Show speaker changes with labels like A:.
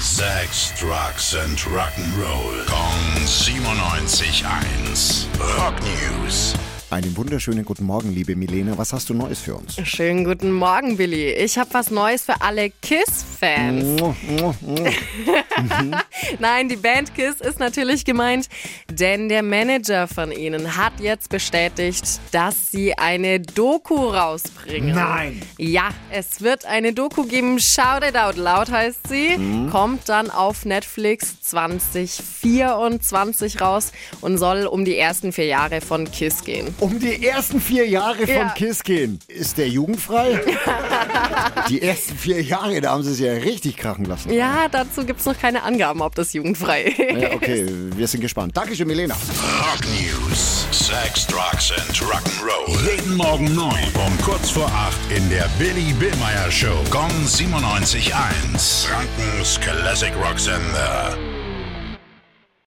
A: Sex, Drugs and Rock'n'Roll. Kong 97.1. Rock News.
B: Einen wunderschönen guten Morgen, liebe Milene. Was hast du Neues für uns?
C: Schönen guten Morgen, Billy. Ich habe was Neues für alle Kiss-Fans.
B: Mhm.
C: Nein, die Band Kiss ist natürlich gemeint, denn der Manager von ihnen hat jetzt bestätigt, dass sie eine Doku rausbringen.
B: Nein.
C: Ja, es wird eine Doku geben. Shout it out loud heißt sie.
B: Mhm.
C: Kommt dann auf Netflix 2024 raus und soll um die ersten vier Jahre von Kiss gehen.
B: Um die ersten vier Jahre von
C: Ja.
B: Kiss gehen. Ist der jugendfrei? die ersten vier Jahre, da haben sie es ja richtig krachen lassen.
C: Ja, dazu gibt es noch keine Angaben, ob das jugendfrei ist.
B: Ja, okay, wir sind gespannt. Dankeschön, Milena.
A: Rock News. Sex, Drugs and Rock'n'Roll. Jeden Morgen 9 um kurz vor 8 in der Billy Billmeyer Show. Gong 97.1. Frankens Classic Rock Sender.